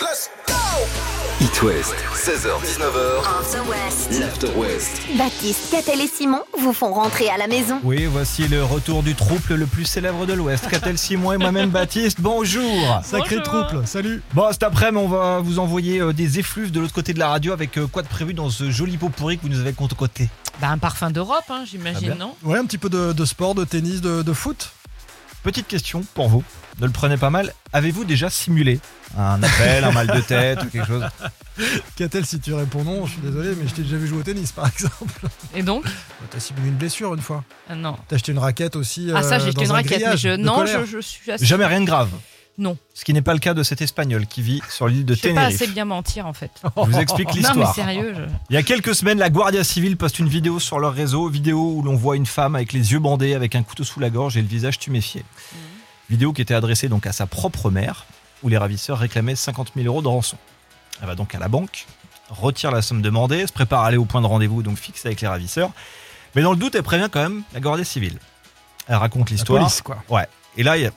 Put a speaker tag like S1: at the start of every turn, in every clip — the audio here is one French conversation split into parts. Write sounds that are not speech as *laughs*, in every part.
S1: Let's go
S2: It West, 16h-19h,
S3: After West.
S2: l'After West.
S3: Baptiste, Catel et Simon vous font rentrer à la maison.
S4: Oui, voici le retour du trouble le plus célèbre de
S5: *laughs*
S4: l'Ouest. Catel Simon et moi-même Baptiste, bonjour
S6: Sacré
S5: Bonjour.
S6: trouble, salut
S4: Bon, cet après-midi, on va vous envoyer euh, des effluves de l'autre côté de la radio avec euh, quoi de prévu dans ce joli pot pourri que vous nous avez contrecoté
S5: Bah, un parfum d'Europe, hein,
S4: Ah bien.
S5: j'imagine, non
S6: Ouais, un petit peu de, de sport, de tennis, de, de foot
S4: Petite question pour vous, ne le prenez pas mal, avez-vous déjà simulé un appel, un mal de tête
S6: *laughs*
S4: ou quelque chose
S6: Qu'a-t-elle si tu réponds non Je suis désolé, mais je t'ai déjà vu jouer au tennis par exemple.
S5: Et donc
S6: Bah, T'as simulé une blessure une fois.
S5: Ah, Non.
S6: T'as acheté une raquette aussi.
S5: Ah, ça,
S6: euh,
S5: j'ai
S6: dans
S5: acheté une
S6: un
S5: raquette, mais
S6: grillage
S5: je.
S6: de
S5: Non,
S6: colère.
S5: je, je suis assez.
S4: Jamais rien de grave.
S5: Non.
S4: Ce qui n'est pas le cas de cet Espagnol qui vit sur l'île de
S5: Je sais pas
S4: Tenerife.
S5: assez bien mentir, en
S6: *laughs*
S5: fait.
S4: Je vous explique
S5: Non, mais
S4: l'histoire.
S5: sérieux. je-
S4: Il y a quelques semaines, la Guardia Civile poste une vidéo sur leur réseau, vidéo où l'on voit une femme avec les yeux bandés, avec un couteau sous la gorge et le visage tuméfié.
S5: Mmh.
S4: Vidéo qui était adressée donc à sa propre mère, où les ravisseurs réclamaient 50 000 euros de rançon. Elle va donc à la banque, retire la somme demandée, se prépare à aller au point de rendez-vous, donc fixe avec les ravisseurs. Mais dans le doute, elle prévient quand même la Guardia Civile. Elle raconte
S6: La
S4: l'histoire.
S6: police, quoi.
S4: Et là, il y a-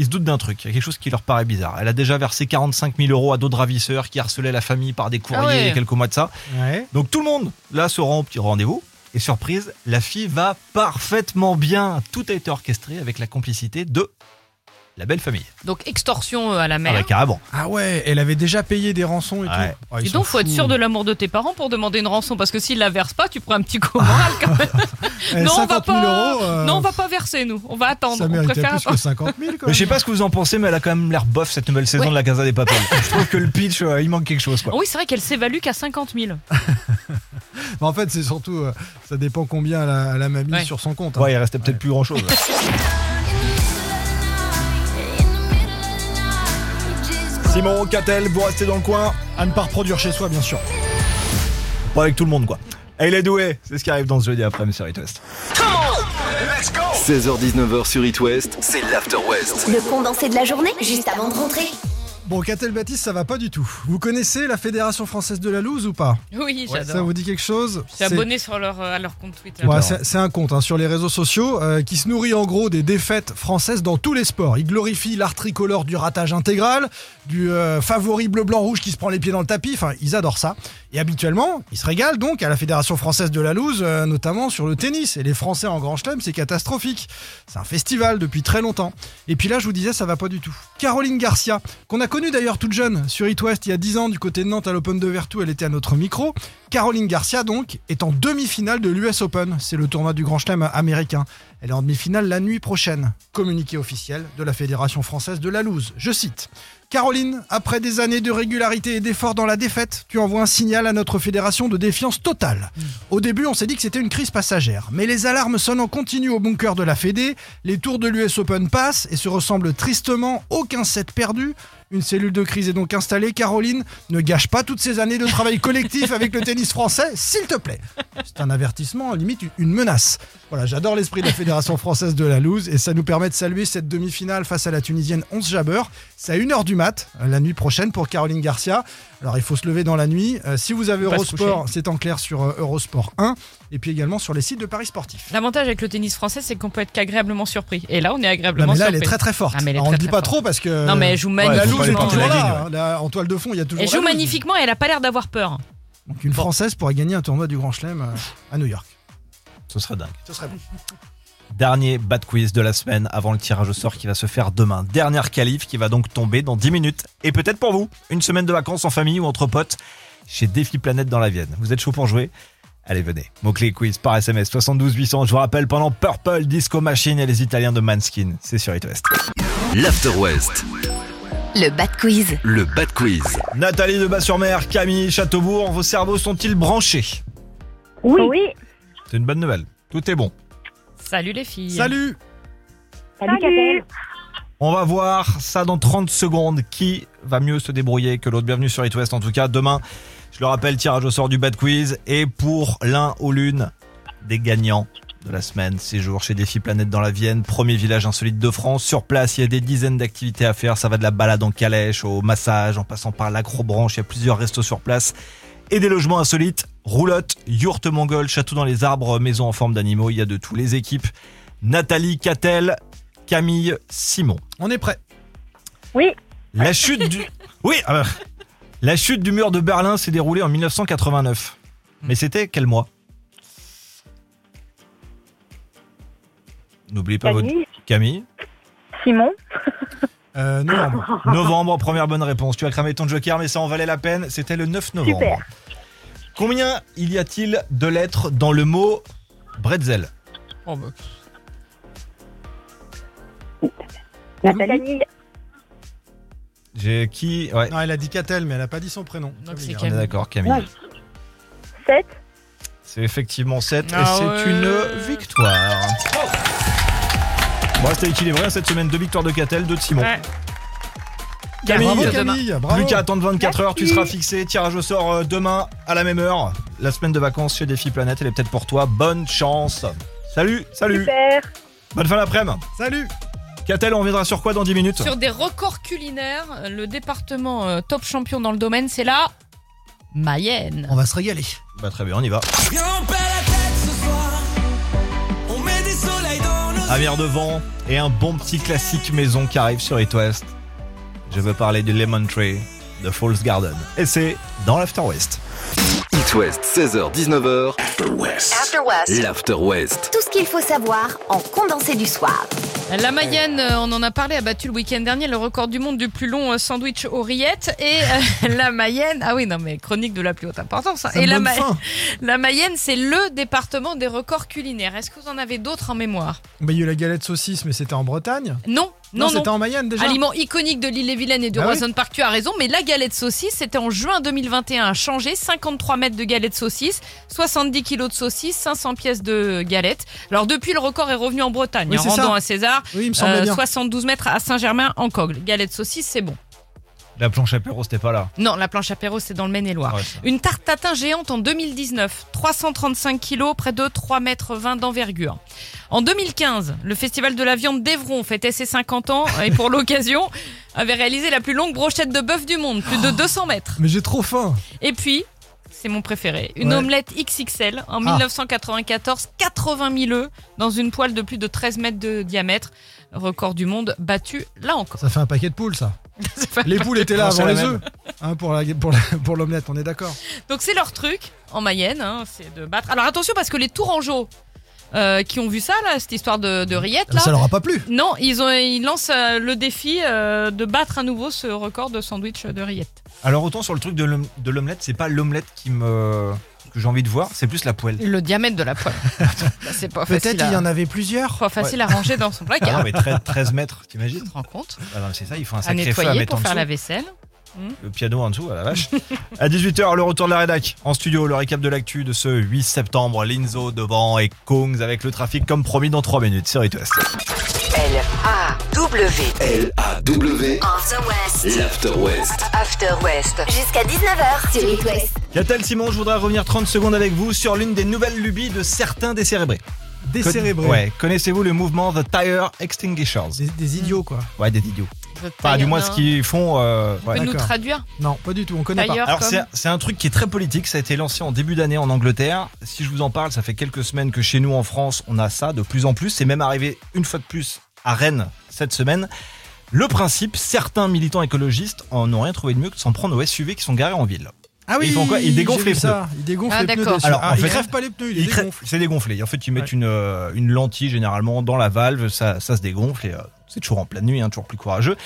S4: ils se doutent d'un truc. Il y a quelque chose qui leur paraît bizarre. Elle a déjà versé 45 000 euros à d'autres ravisseurs qui harcelaient la famille par des courriers
S5: Ah ouais.
S4: il y a quelques mois de ça.
S6: Ouais.
S4: Donc tout le monde, là, se rend au petit rendez-vous. Et surprise, la fille va parfaitement bien. Tout a été orchestré avec la complicité de la belle famille.
S5: Donc, extorsion euh, à la
S4: Ah bah,
S5: mère.
S4: carrément.
S6: Ah ouais, elle avait déjà payé des rançons et
S4: Ouais.
S6: tout. Oh, ils
S5: Et
S6: sont
S5: donc, faut être
S6: fous.
S5: sûr de l'amour de tes parents pour demander une rançon, parce que s'ils la versent pas, tu prends un petit coup au moral quand
S6: *laughs*
S5: même.
S6: Eh,
S5: non, on va
S6: 50 000
S5: pas.
S6: euros. euh,
S5: Non, on va pas verser, nous. On va attendre.
S6: Ça
S5: on
S6: méritait
S5: préfère
S6: plus
S5: attendre.
S6: que 50 000 *laughs* quoi.
S4: Mais je sais pas ce que vous en pensez, mais elle a quand même l'air bof cette nouvelle saison
S5: Ouais.
S4: de la Casa des Papel. *laughs* je trouve que le pitch, euh, il manque quelque chose. Quoi.
S5: Ah oui, c'est vrai qu'elle s'évalue qu'à 50 000.
S6: Mais en fait, c'est surtout. euh, ça dépend combien elle a, elle a mamie
S5: Ouais.
S6: sur son compte. hein.
S4: Oh. Ouais, il restait peut-être plus grand *laughs* chose. Simon, Catel, vous restez dans le coin.
S6: À ne pas reproduire chez soi, bien sûr.
S4: Pas avec tout le monde, quoi. Et il est doué. C'est ce qui arrive dans ce jeudi après-midi sur It West.
S2: 16h-19h sur It West, c'est l'After West.
S3: Le condensé de la journée, juste avant de rentrer.
S6: Bon, Catel Baptiste, ça va pas du tout. Vous connaissez la Fédération Française de la Loose ou pas
S5: *laughs* Oui,
S6: Ça
S5: j'adore.
S6: vous dit quelque chose
S5: Je suis abonné sur leur, euh, à leur compte Twitter.
S6: Ouais,
S4: Alors.
S6: c'est c'est un compte hein, sur les réseaux sociaux euh, qui se nourrit en gros des défaites françaises dans tous les sports. Il glorifie l'art tricolore du ratage intégral, du euh, favori bleu-blanc-rouge qui se prend les pieds dans le tapis. Enfin, ils adorent ça. Et habituellement, ils se régalent donc à la Fédération française de la loose, euh, notamment sur le tennis. Et les Français en grand chelem, c'est catastrophique. C'est un festival depuis très longtemps. Et puis là, je vous disais, ça va pas du tout. Caroline Garcia, qu'on a connue d'ailleurs toute jeune sur It West il y a 10 ans du côté de Nantes à l'Open de Vertou, elle était à notre micro. Caroline Garcia, donc, est en demi-finale de l'US Open. C'est le tournoi du Grand Chelem américain. Elle est en demi-finale la nuit prochaine. Communiqué officiel de la Fédération française de la loose. Je cite. Caroline, après des années de régularité et d'efforts dans la défaite, tu envoies un signal à notre fédération de défiance totale. Au début, on s'est dit que c'était une crise passagère, mais les alarmes sonnent en continu au bunker de la Fédé, les tours de l'US Open passent et se ressemblent tristement, aucun set perdu. Une cellule de crise est donc installée. Caroline, ne gâche pas toutes ces années de travail collectif avec le tennis français, s'il te plaît. C'est un avertissement, limite une menace. Voilà, j'adore l'esprit de la Fédération française de la loose et ça nous permet de saluer cette demi-finale face à la Tunisienne 11 Jabeur. C'est à 1h du mat, euh, la nuit prochaine pour Caroline Garcia. Alors il faut se lever dans la nuit. Euh, si vous avez
S5: Faut pas se
S6: Eurosport, c'est en clair sur euh, Eurosport 1 et puis également sur les sites de Paris Sportif.
S5: L'avantage avec le tennis français, c'est qu'on peut être qu'agréablement surpris. Et là, on est
S6: Là,
S5: agréablement
S6: mais là,
S5: surpris.
S6: elle est très très forte.
S5: Ah, mais elle est
S6: Alors, on
S5: très,
S6: ne dit
S5: très
S6: pas
S5: forte.
S6: trop parce que
S5: Non, mais elle joue
S4: Ouais,
S6: la
S4: faut
S6: loose
S5: magnifiquement.
S4: pas
S6: est
S4: aller tenter la
S6: toujours là.
S4: ligne, ouais.
S6: hein. Là, en toile de fond, il y a toujours.
S5: Elle
S6: la
S5: joue
S6: loose.
S5: magnifiquement et elle a pas l'air d'avoir peur.
S6: Donc, une Française pourrait gagner un tournoi du Grand Chelem euh, à New York.
S4: Ce serait dingue.
S6: Ce serait bon.
S4: Dernier bad quiz de la semaine avant le tirage au sort qui va se faire demain. Dernière qualif qui va donc tomber dans 10 minutes. Et peut-être pour vous, une semaine de vacances en famille ou entre potes chez Défi Planète dans la Vienne. Vous êtes chaud pour jouer Allez, venez. Mot-clé quiz par SMS 72 800. Je vous rappelle, pendant Purple, Disco Machine et les Italiens de Manskin. C'est sur It West.
S2: L'After West,
S3: Le Bat Quiz.
S2: le Bad Quiz.
S4: Nathalie de Bas-sur-Mer, Camille, Châteaubourg, vos cerveaux sont-ils branchés
S7: Oui.
S4: C'est une bonne nouvelle. Tout est bon.
S5: Salut les filles.
S6: Salut
S7: Salut,
S8: Salut.
S4: On va voir ça dans 30 secondes. Qui va mieux se débrouiller que l'autre Bienvenue sur It West en tout cas. Demain, je le rappelle, tirage au sort du Bad Quiz. Et pour l'un ou l'une des gagnants de la semaine, séjour chez Défi Planète dans la Vienne, premier village insolite de France. Sur place, il y a des dizaines d'activités à faire. Ça va de la balade en calèche au massage, en passant par l'acrobranche. Il y a plusieurs restos sur place. Et des logements insolites, roulotte, yourte mongole, château dans les arbres, maison en forme d'animaux. Il y a de tous les équipes. Nathalie Catel, Camille Simon.
S6: On est prêt.
S4: La chute du. Oui, ah bah, la chute du mur de Berlin s'est déroulée en 1989. Mais c'était quel mois N'oubliez pas votre
S7: Camille,
S4: Camille.
S7: Simon,
S6: Euh, novembre.
S4: Ah, Novembre, première bonne réponse. Tu as cramé ton joker, mais ça en valait la peine. C'était le 9 novembre.
S7: Super.
S4: Combien il y a-t-il de lettres dans le mot bretzel
S5: Oh, bah,
S7: Nathalie,
S4: J'ai qui Ouais,
S6: Non, elle a dit Catel, mais elle a pas dit son prénom. hein. Ça
S5: Donc
S6: veut
S5: c'est
S6: dire.
S4: on est d'accord, Camille.
S7: Ouais. 7,
S4: C'est effectivement 7 et
S5: Ah
S4: c'est
S5: ouais.
S4: une victoire. Bon, c'était équilibré hein, cette semaine. Deux victoires de Catel, deux de Simon.
S5: ouais.
S4: Camille,
S6: Bravo
S5: Demain.
S6: Camille, bravo.
S4: Plus qu'à attendre 24 heures, tu
S7: Merci.
S4: seras fixé. Tirage au sort euh, demain à la même heure. La semaine de vacances chez Défi Planète, elle est peut-être pour toi. Bonne chance. Salut, salut.
S7: super.
S4: Bonne fin d'après-midi.
S6: Salut.
S4: Catel, on reviendra sur quoi dans 10 minutes
S5: Sur des records culinaires, le département euh, top champion dans le domaine, c'est la Mayenne.
S6: On va se régaler.
S4: Bah, Très bien, on y va.
S1: Viens, on perd la tête ce soir. On met des soleils dans nos
S4: Un verre de vent et un bon petit classique maison qui arrive sur It West. Je veux parler du Lemon Tree de Falls Garden. Et c'est dans l'After West.
S2: It West, 16h-19h,
S3: After West.
S2: l'After West.
S3: Tout ce qu'il faut savoir en condensé du soir.
S5: La Mayenne, euh, on en a parlé, a battu le week-end dernier le record du monde du plus long euh, sandwich aux rillettes. Et euh, *laughs* la Mayenne, ah oui, non mais chronique de la plus haute importance. hein.
S6: Ça
S5: et
S6: me
S5: la,
S6: donne
S5: Ma-
S6: faim.
S5: *laughs* la Mayenne, c'est le département des records culinaires. Est-ce que vous en avez d'autres en mémoire
S6: Bah, il y a eu la galette saucisse, mais c'était en Bretagne.
S5: Non, non, non.
S6: c'était en Mayenne déjà.
S5: Aliment iconique de l'île-et-Vilaine et du
S6: Ah oui.
S5: Roison Park, tu as raison, mais la galette saucisse, c'était en juin 2021 à changer. 53 mètres de galette saucisse, 70 kilos de saucisse, 500 pièces de galette. Alors depuis, le record est revenu en Bretagne,
S6: Oui,
S5: en
S6: c'est ça.
S5: rendant à César
S6: Oui, il me semblait
S5: euh,
S6: bien.
S5: 72 mètres à Saint-Germain en Cogle. Galette saucisse, c'est bon.
S4: La planche à Perrault, c'était pas là.
S5: Non, la planche apéro, c'est dans le Maine-et-Loire.
S4: Ouais, ça.
S5: Une tarte tatin géante en 2019, 335 kilos, près de 3,20 mètres d'envergure. En 2015, le Festival de la viande d'Evron fêtait ses 50 ans et pour l'occasion avait réalisé la plus longue brochette de bœuf du monde, plus de 200 mètres.
S6: Mais j'ai trop faim.
S5: Et puis, c'est mon préféré, une
S6: Ouais.
S5: omelette XXL en
S6: Ah.
S5: 1994, 80 000 œufs dans une poêle de plus de 13 mètres de diamètre. Record du monde battu là
S6: *laughs*
S5: encore.
S6: Ça fait un paquet de poules, ça.
S5: C'est pas-
S6: Les poules étaient là
S4: Non, c'est
S6: avant
S4: la
S6: les
S4: même.
S6: œufs. Hein, pour la- pour la- pour l'omelette, on est d'accord.
S5: Donc c'est leur truc en Mayenne, hein, c'est de battre. Alors attention parce que les Tourangeaux euh, qui ont vu ça là, cette histoire de, de rillettes là.
S6: Ça leur a pas plu.
S5: Non, ils, ont, ils lancent euh, le défi euh, de battre à nouveau ce record de sandwich de rillettes.
S4: Alors autant sur le truc de l'om- de l'omelette, c'est pas l'omelette qui me que j'ai envie de voir, c'est plus la poêle.
S5: Le diamètre de
S4: *laughs*
S5: la poêle. Bah, c'est pas
S6: Peut-être
S5: facile,
S6: il y
S5: à,
S6: en avait plusieurs.
S5: pas facile à ranger dans
S4: *laughs*
S5: son
S4: Ah
S5: placard.
S4: non mais 13, 13 mètres,
S5: Tu
S4: t'imagines
S5: te rends compte
S4: Ah non, mais c'est ça, il faut un
S5: À
S4: sacré feu à
S5: nettoyer
S4: mettre en
S5: pour faire
S4: dessous.
S5: la vaisselle.
S4: Le piano en dessous, à la vache. *laughs* à 18h, le retour de la rédac. En studio, le récap de l'actu de ce 8 septembre. Linzo devant et Kongs avec le trafic comme promis dans 3 minutes sur It West.
S8: L-A-W.
S2: L-A-W,
S3: On the West.
S2: l'After West.
S8: After West.
S3: Jusqu'à 19h sur It West.
S4: Catel Simon, je voudrais revenir 30 secondes avec vous sur l'une des nouvelles lubies de certains décérébrés. Con-
S6: Décérébrés.
S4: Ouais, connaissez-vous le mouvement The Tire Extinguishers
S6: Des, des idiots, quoi.
S4: Ouais, des idiots.
S5: Votre
S4: Enfin, du
S5: tailleur,
S4: moins
S5: non
S4: ce qu'ils font. euh, ouais.
S5: Peut nous
S6: D'accord.
S5: traduire
S6: Non, pas du tout, on connaît
S5: Tailleur
S4: Alors
S5: comme-
S4: c'est c'est un truc qui est très politique, ça a été lancé en début d'année en Angleterre. Si je vous en parle, ça fait quelques semaines que chez nous en France, on a ça de plus en plus. C'est même arrivé une fois de plus à Rennes cette semaine. Le principe, certains militants écologistes en ont rien trouvé de mieux que de s'en prendre aux SUV qui sont garés en ville.
S6: pas. Ah oui,
S4: Ils font quoi Ils dégonflent
S6: j'ai
S4: les
S6: vu ça. Ils dégonflent
S5: Ah,
S6: les pneus.
S5: d'accord.
S6: dessus.
S4: Alors, en
S6: Ah, ils
S4: fait-
S6: crèvent pas les pneus, ils les
S4: Ils cré-
S6: dégonflent.
S4: C'est dégonflé. En fait, ils mettent
S6: Ouais.
S4: une, euh, une lentille généralement dans la valve, ça, ça se dégonfle et euh, c'est toujours en pleine nuit, hein, toujours plus courageux.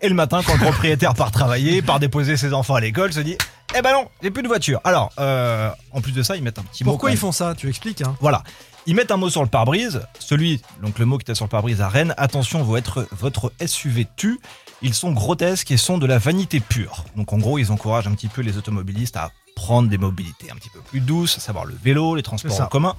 S4: Et le matin, quand le propriétaire part travailler, part déposer ses enfants à l'école, se dit Eh ben non, j'ai plus de voiture. Alors, euh, en plus de ça, ils mettent un petit mot.
S6: Pourquoi
S4: quand
S6: ils
S4: même.
S6: font ça Tu expliques, hein.
S4: Voilà. Ils mettent un mot sur le pare-brise. Celui, donc le mot qui était sur le pare-brise à Rennes, attention, votre, votre SUV tue. Ils sont grotesques et sont de la vanité pure. Donc en gros, ils encouragent un petit peu les automobilistes à prendre des mobilités un petit peu plus douces, à savoir le vélo, les
S6: C'est
S4: transports
S6: ça.
S4: en commun.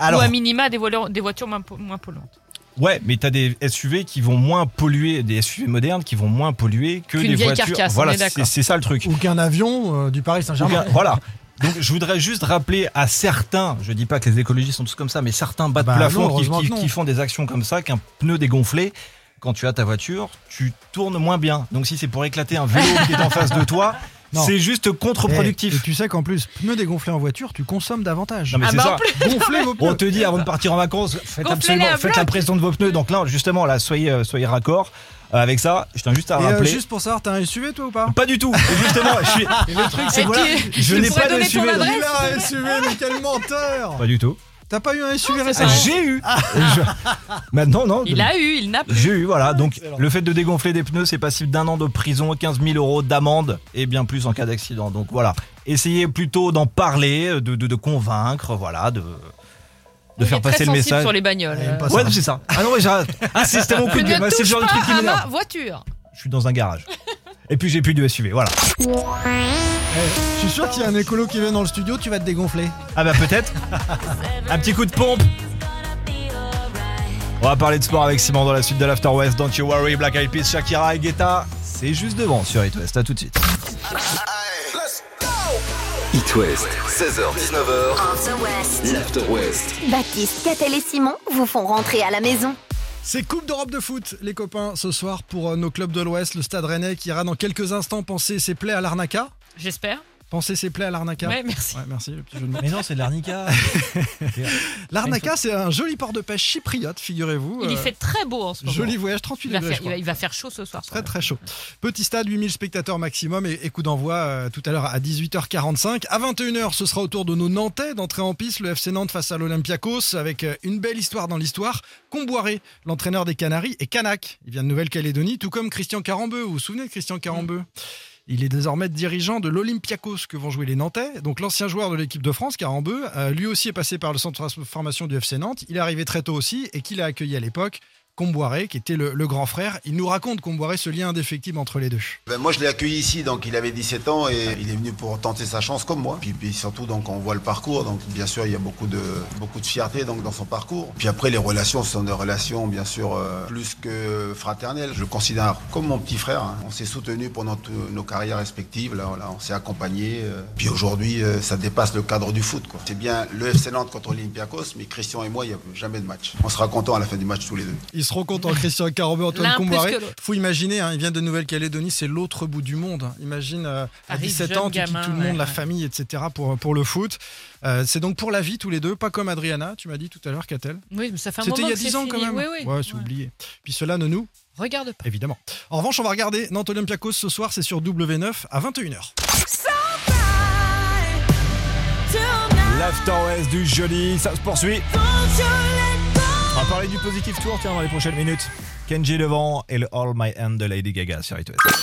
S5: Ou à minima des, voileurs- des voitures moins, po- moins polluantes.
S4: Ouais, mais t'as des SUV qui vont moins polluer, des SUV modernes qui vont moins polluer que
S5: Qu'une
S4: des
S5: vieille
S4: voitures.
S5: carcasse, on
S4: voilà,
S5: est d'accord.
S4: c'est c'est ça le truc.
S6: Ou qu'un avion euh, du Paris Saint-Germain.
S4: Donc, voilà. Donc je voudrais juste rappeler à certains, je dis pas que les écologistes sont tous comme ça, mais certains bas de
S6: Bah
S4: plafond
S6: non,
S4: qui-
S6: heureusement
S4: qui,
S6: que non.
S4: qui font des actions comme ça, qu'un pneu dégonflé, quand tu as ta voiture, tu tournes moins bien. Donc si c'est pour éclater un vélo qui est en face de toi,
S6: *laughs* Non. Eh,
S4: c'est juste
S6: Et, et
S4: contre-productif.
S6: tu sais qu'en plus, pneus dégonflés en voiture, tu consommes davantage.
S4: Non, mais
S5: Ah
S4: c'est ça.
S5: bah en plus,
S6: *laughs* Gonflez vos
S4: On
S6: pneus.
S4: te dit avant de partir en vacances, faites
S5: Gonflez-les
S4: absolument,
S5: à
S4: faites
S5: bloc.
S4: la pression de vos pneus. Donc là, justement, là, soyez, euh, soyez raccord. euh, avec ça. Je tiens juste à
S6: Et, euh,
S4: rappeler.
S6: juste pour savoir, t'as un SUV toi ou pas
S4: Pas du tout. Et justement, je
S6: *laughs*
S4: suis.
S6: Le truc,
S5: Et tu-
S4: je
S5: tu
S4: n'ai
S5: pourrais
S4: pas de
S5: donner ton
S4: SUV.
S5: adresse
S6: Il a un SUV, mais quel menteur
S4: Pas du tout.
S6: T'as pas eu un SUV
S5: c'est
S6: récemment
S5: ça.
S4: Ah, J'ai eu. *laughs* Je- Maintenant, non.
S5: Ah. Il a eu, il n'a plus.
S4: J'ai eu, voilà. Donc, le fait de dégonfler des pneus, c'est passible d'un an de prison, 15 000 euros d'amende et bien plus en cas d'accident. Donc, voilà. Essayez plutôt d'en parler, de, de, de convaincre, voilà, de, de
S5: Il
S4: faire
S5: est très
S4: passer le
S5: sensible
S4: message.
S5: sur les bagnoles.
S6: Il aime pas
S5: Euh,
S4: Ouais,
S6: ça.
S4: c'est ça. Ah non, ouais, j'arrête. Ah, c'est c'était mon coup
S5: Je
S4: de gueule.
S5: *laughs* ne
S4: Ouais, C'est le
S5: touche
S4: genre de truc qui
S5: pas à
S4: m'énerve.
S5: ma voiture.
S4: Je suis dans un garage. Et puis, j'ai plus de SUV, voilà.
S6: Je suis sûr qu'il y a un écolo qui vient dans le studio, tu vas te dégonfler.
S4: Ah, bah, peut-être. un petit coup de pompe. On va parler de sport avec Simon dans la suite de l'After West. Don't you worry, Black Eyed Peas, Shakira et Guetta. C'est juste devant sur It West. À tout de suite.
S2: It West, 16h-19h,
S3: After West.
S2: l'After West.
S3: Baptiste, Catel et Simon vous font rentrer à la maison.
S6: C'est Coupe d'Europe de foot, les copains, ce soir pour euh, nos clubs de l'Ouest, le Stade Rennais qui ira dans quelques instants penser ses plaies à l'arnaca.
S5: J'espère.
S6: Penser ses plaies à l'arnaca.
S5: Ouais, merci.
S6: Ouais, merci, le petit jeu de mots.
S4: Mais non, c'est de *laughs* l'arnica.
S6: L'arnaca, c'est un joli port de pêche chypriote, figurez-vous.
S5: Il y
S6: Euh,
S5: fait très beau en ce moment.
S6: Joli voyage, 38
S5: Il va,
S6: degrés.
S5: faire, il,
S6: je crois.
S5: va, il va faire chaud ce soir.
S6: Très très chaud. Petit stade, 8000 spectateurs maximum et, et coup d'envoi euh, tout à l'heure à 18h45. À 21h, ce sera au tour de nos Nantais d'entrer en piste. Le FC Nantes face à l'Olympiakos avec euh, une belle histoire dans l'histoire. Comboiré, l'entraîneur des Canaries, et Canac, il vient de Nouvelle-Calédonie, tout comme Christian Carambeu. Vous vous souvenez de Christian Carambeu il est désormais dirigeant de l'Olympiakos que vont jouer les Nantais. Donc l'ancien joueur de l'équipe de France, Carambeu, euh, lui aussi est passé par le centre de formation du FC Nantes. Il est arrivé très tôt aussi et qui l'a accueilli à l'époque Comboiré, qui était le, le grand frère. Il nous raconte, Comboiré, ce lien indéfectible entre les deux.
S8: Ben, moi, je l'ai accueilli ici, donc il avait 17 ans et il est venu pour tenter sa chance comme moi. Puis, puis surtout, donc on voit le parcours, donc bien sûr, il y a beaucoup de beaucoup de fierté donc dans son parcours. Puis après, les relations sont des relations bien sûr euh, plus que fraternelles. Je le considère comme mon petit frère. hein. On s'est soutenus pendant tous nos carrières respectives. Là, voilà, on s'est accompagnés. euh. Puis aujourd'hui, euh, ça dépasse le cadre du foot. quoi. C'est bien le FC Nantes contre Olympiakos, mais Christian et moi, il n'y a jamais de match. On sera contents à la fin du match tous les deux.
S6: Ils seront contents, hein, Christian
S5: *laughs*
S6: Carambeu, Antoine
S5: L'un plus
S6: Comboiré.
S5: que l'autre.
S6: faut imaginer, hein, il vient de Nouvelle-Calédonie, c'est l'autre bout du monde. Imagine, euh, à
S5: Paris,
S6: 17
S5: jeune
S6: ans, tu quittes
S5: gamin,
S6: tout le monde,
S5: ouais,
S6: la
S5: ouais.
S6: famille, etc. pour, pour le foot. Euh, c'est donc pour la vie, tous les deux, pas comme Adriana, tu m'as dit tout à l'heure, Catel.
S5: Oui, mais ça fait un moment
S6: C'était il y a
S5: que c'est
S6: 10 ans quand
S5: fini.
S6: même.
S5: Oui, oui.
S6: Ouais, c'est
S5: Ouais.
S6: oublié. Puis cela ne nous,
S5: Regarde pas.
S6: évidemment. En revanche, on va regarder Nantes Olympiakos ce soir, c'est sur W9 à 21h.
S4: L'After West du jeudi, ça se poursuit. On va parler du positif tour tiens, dans les prochaines minutes. Kenji Levent et le All My Hand de Lady Gaga sur It West.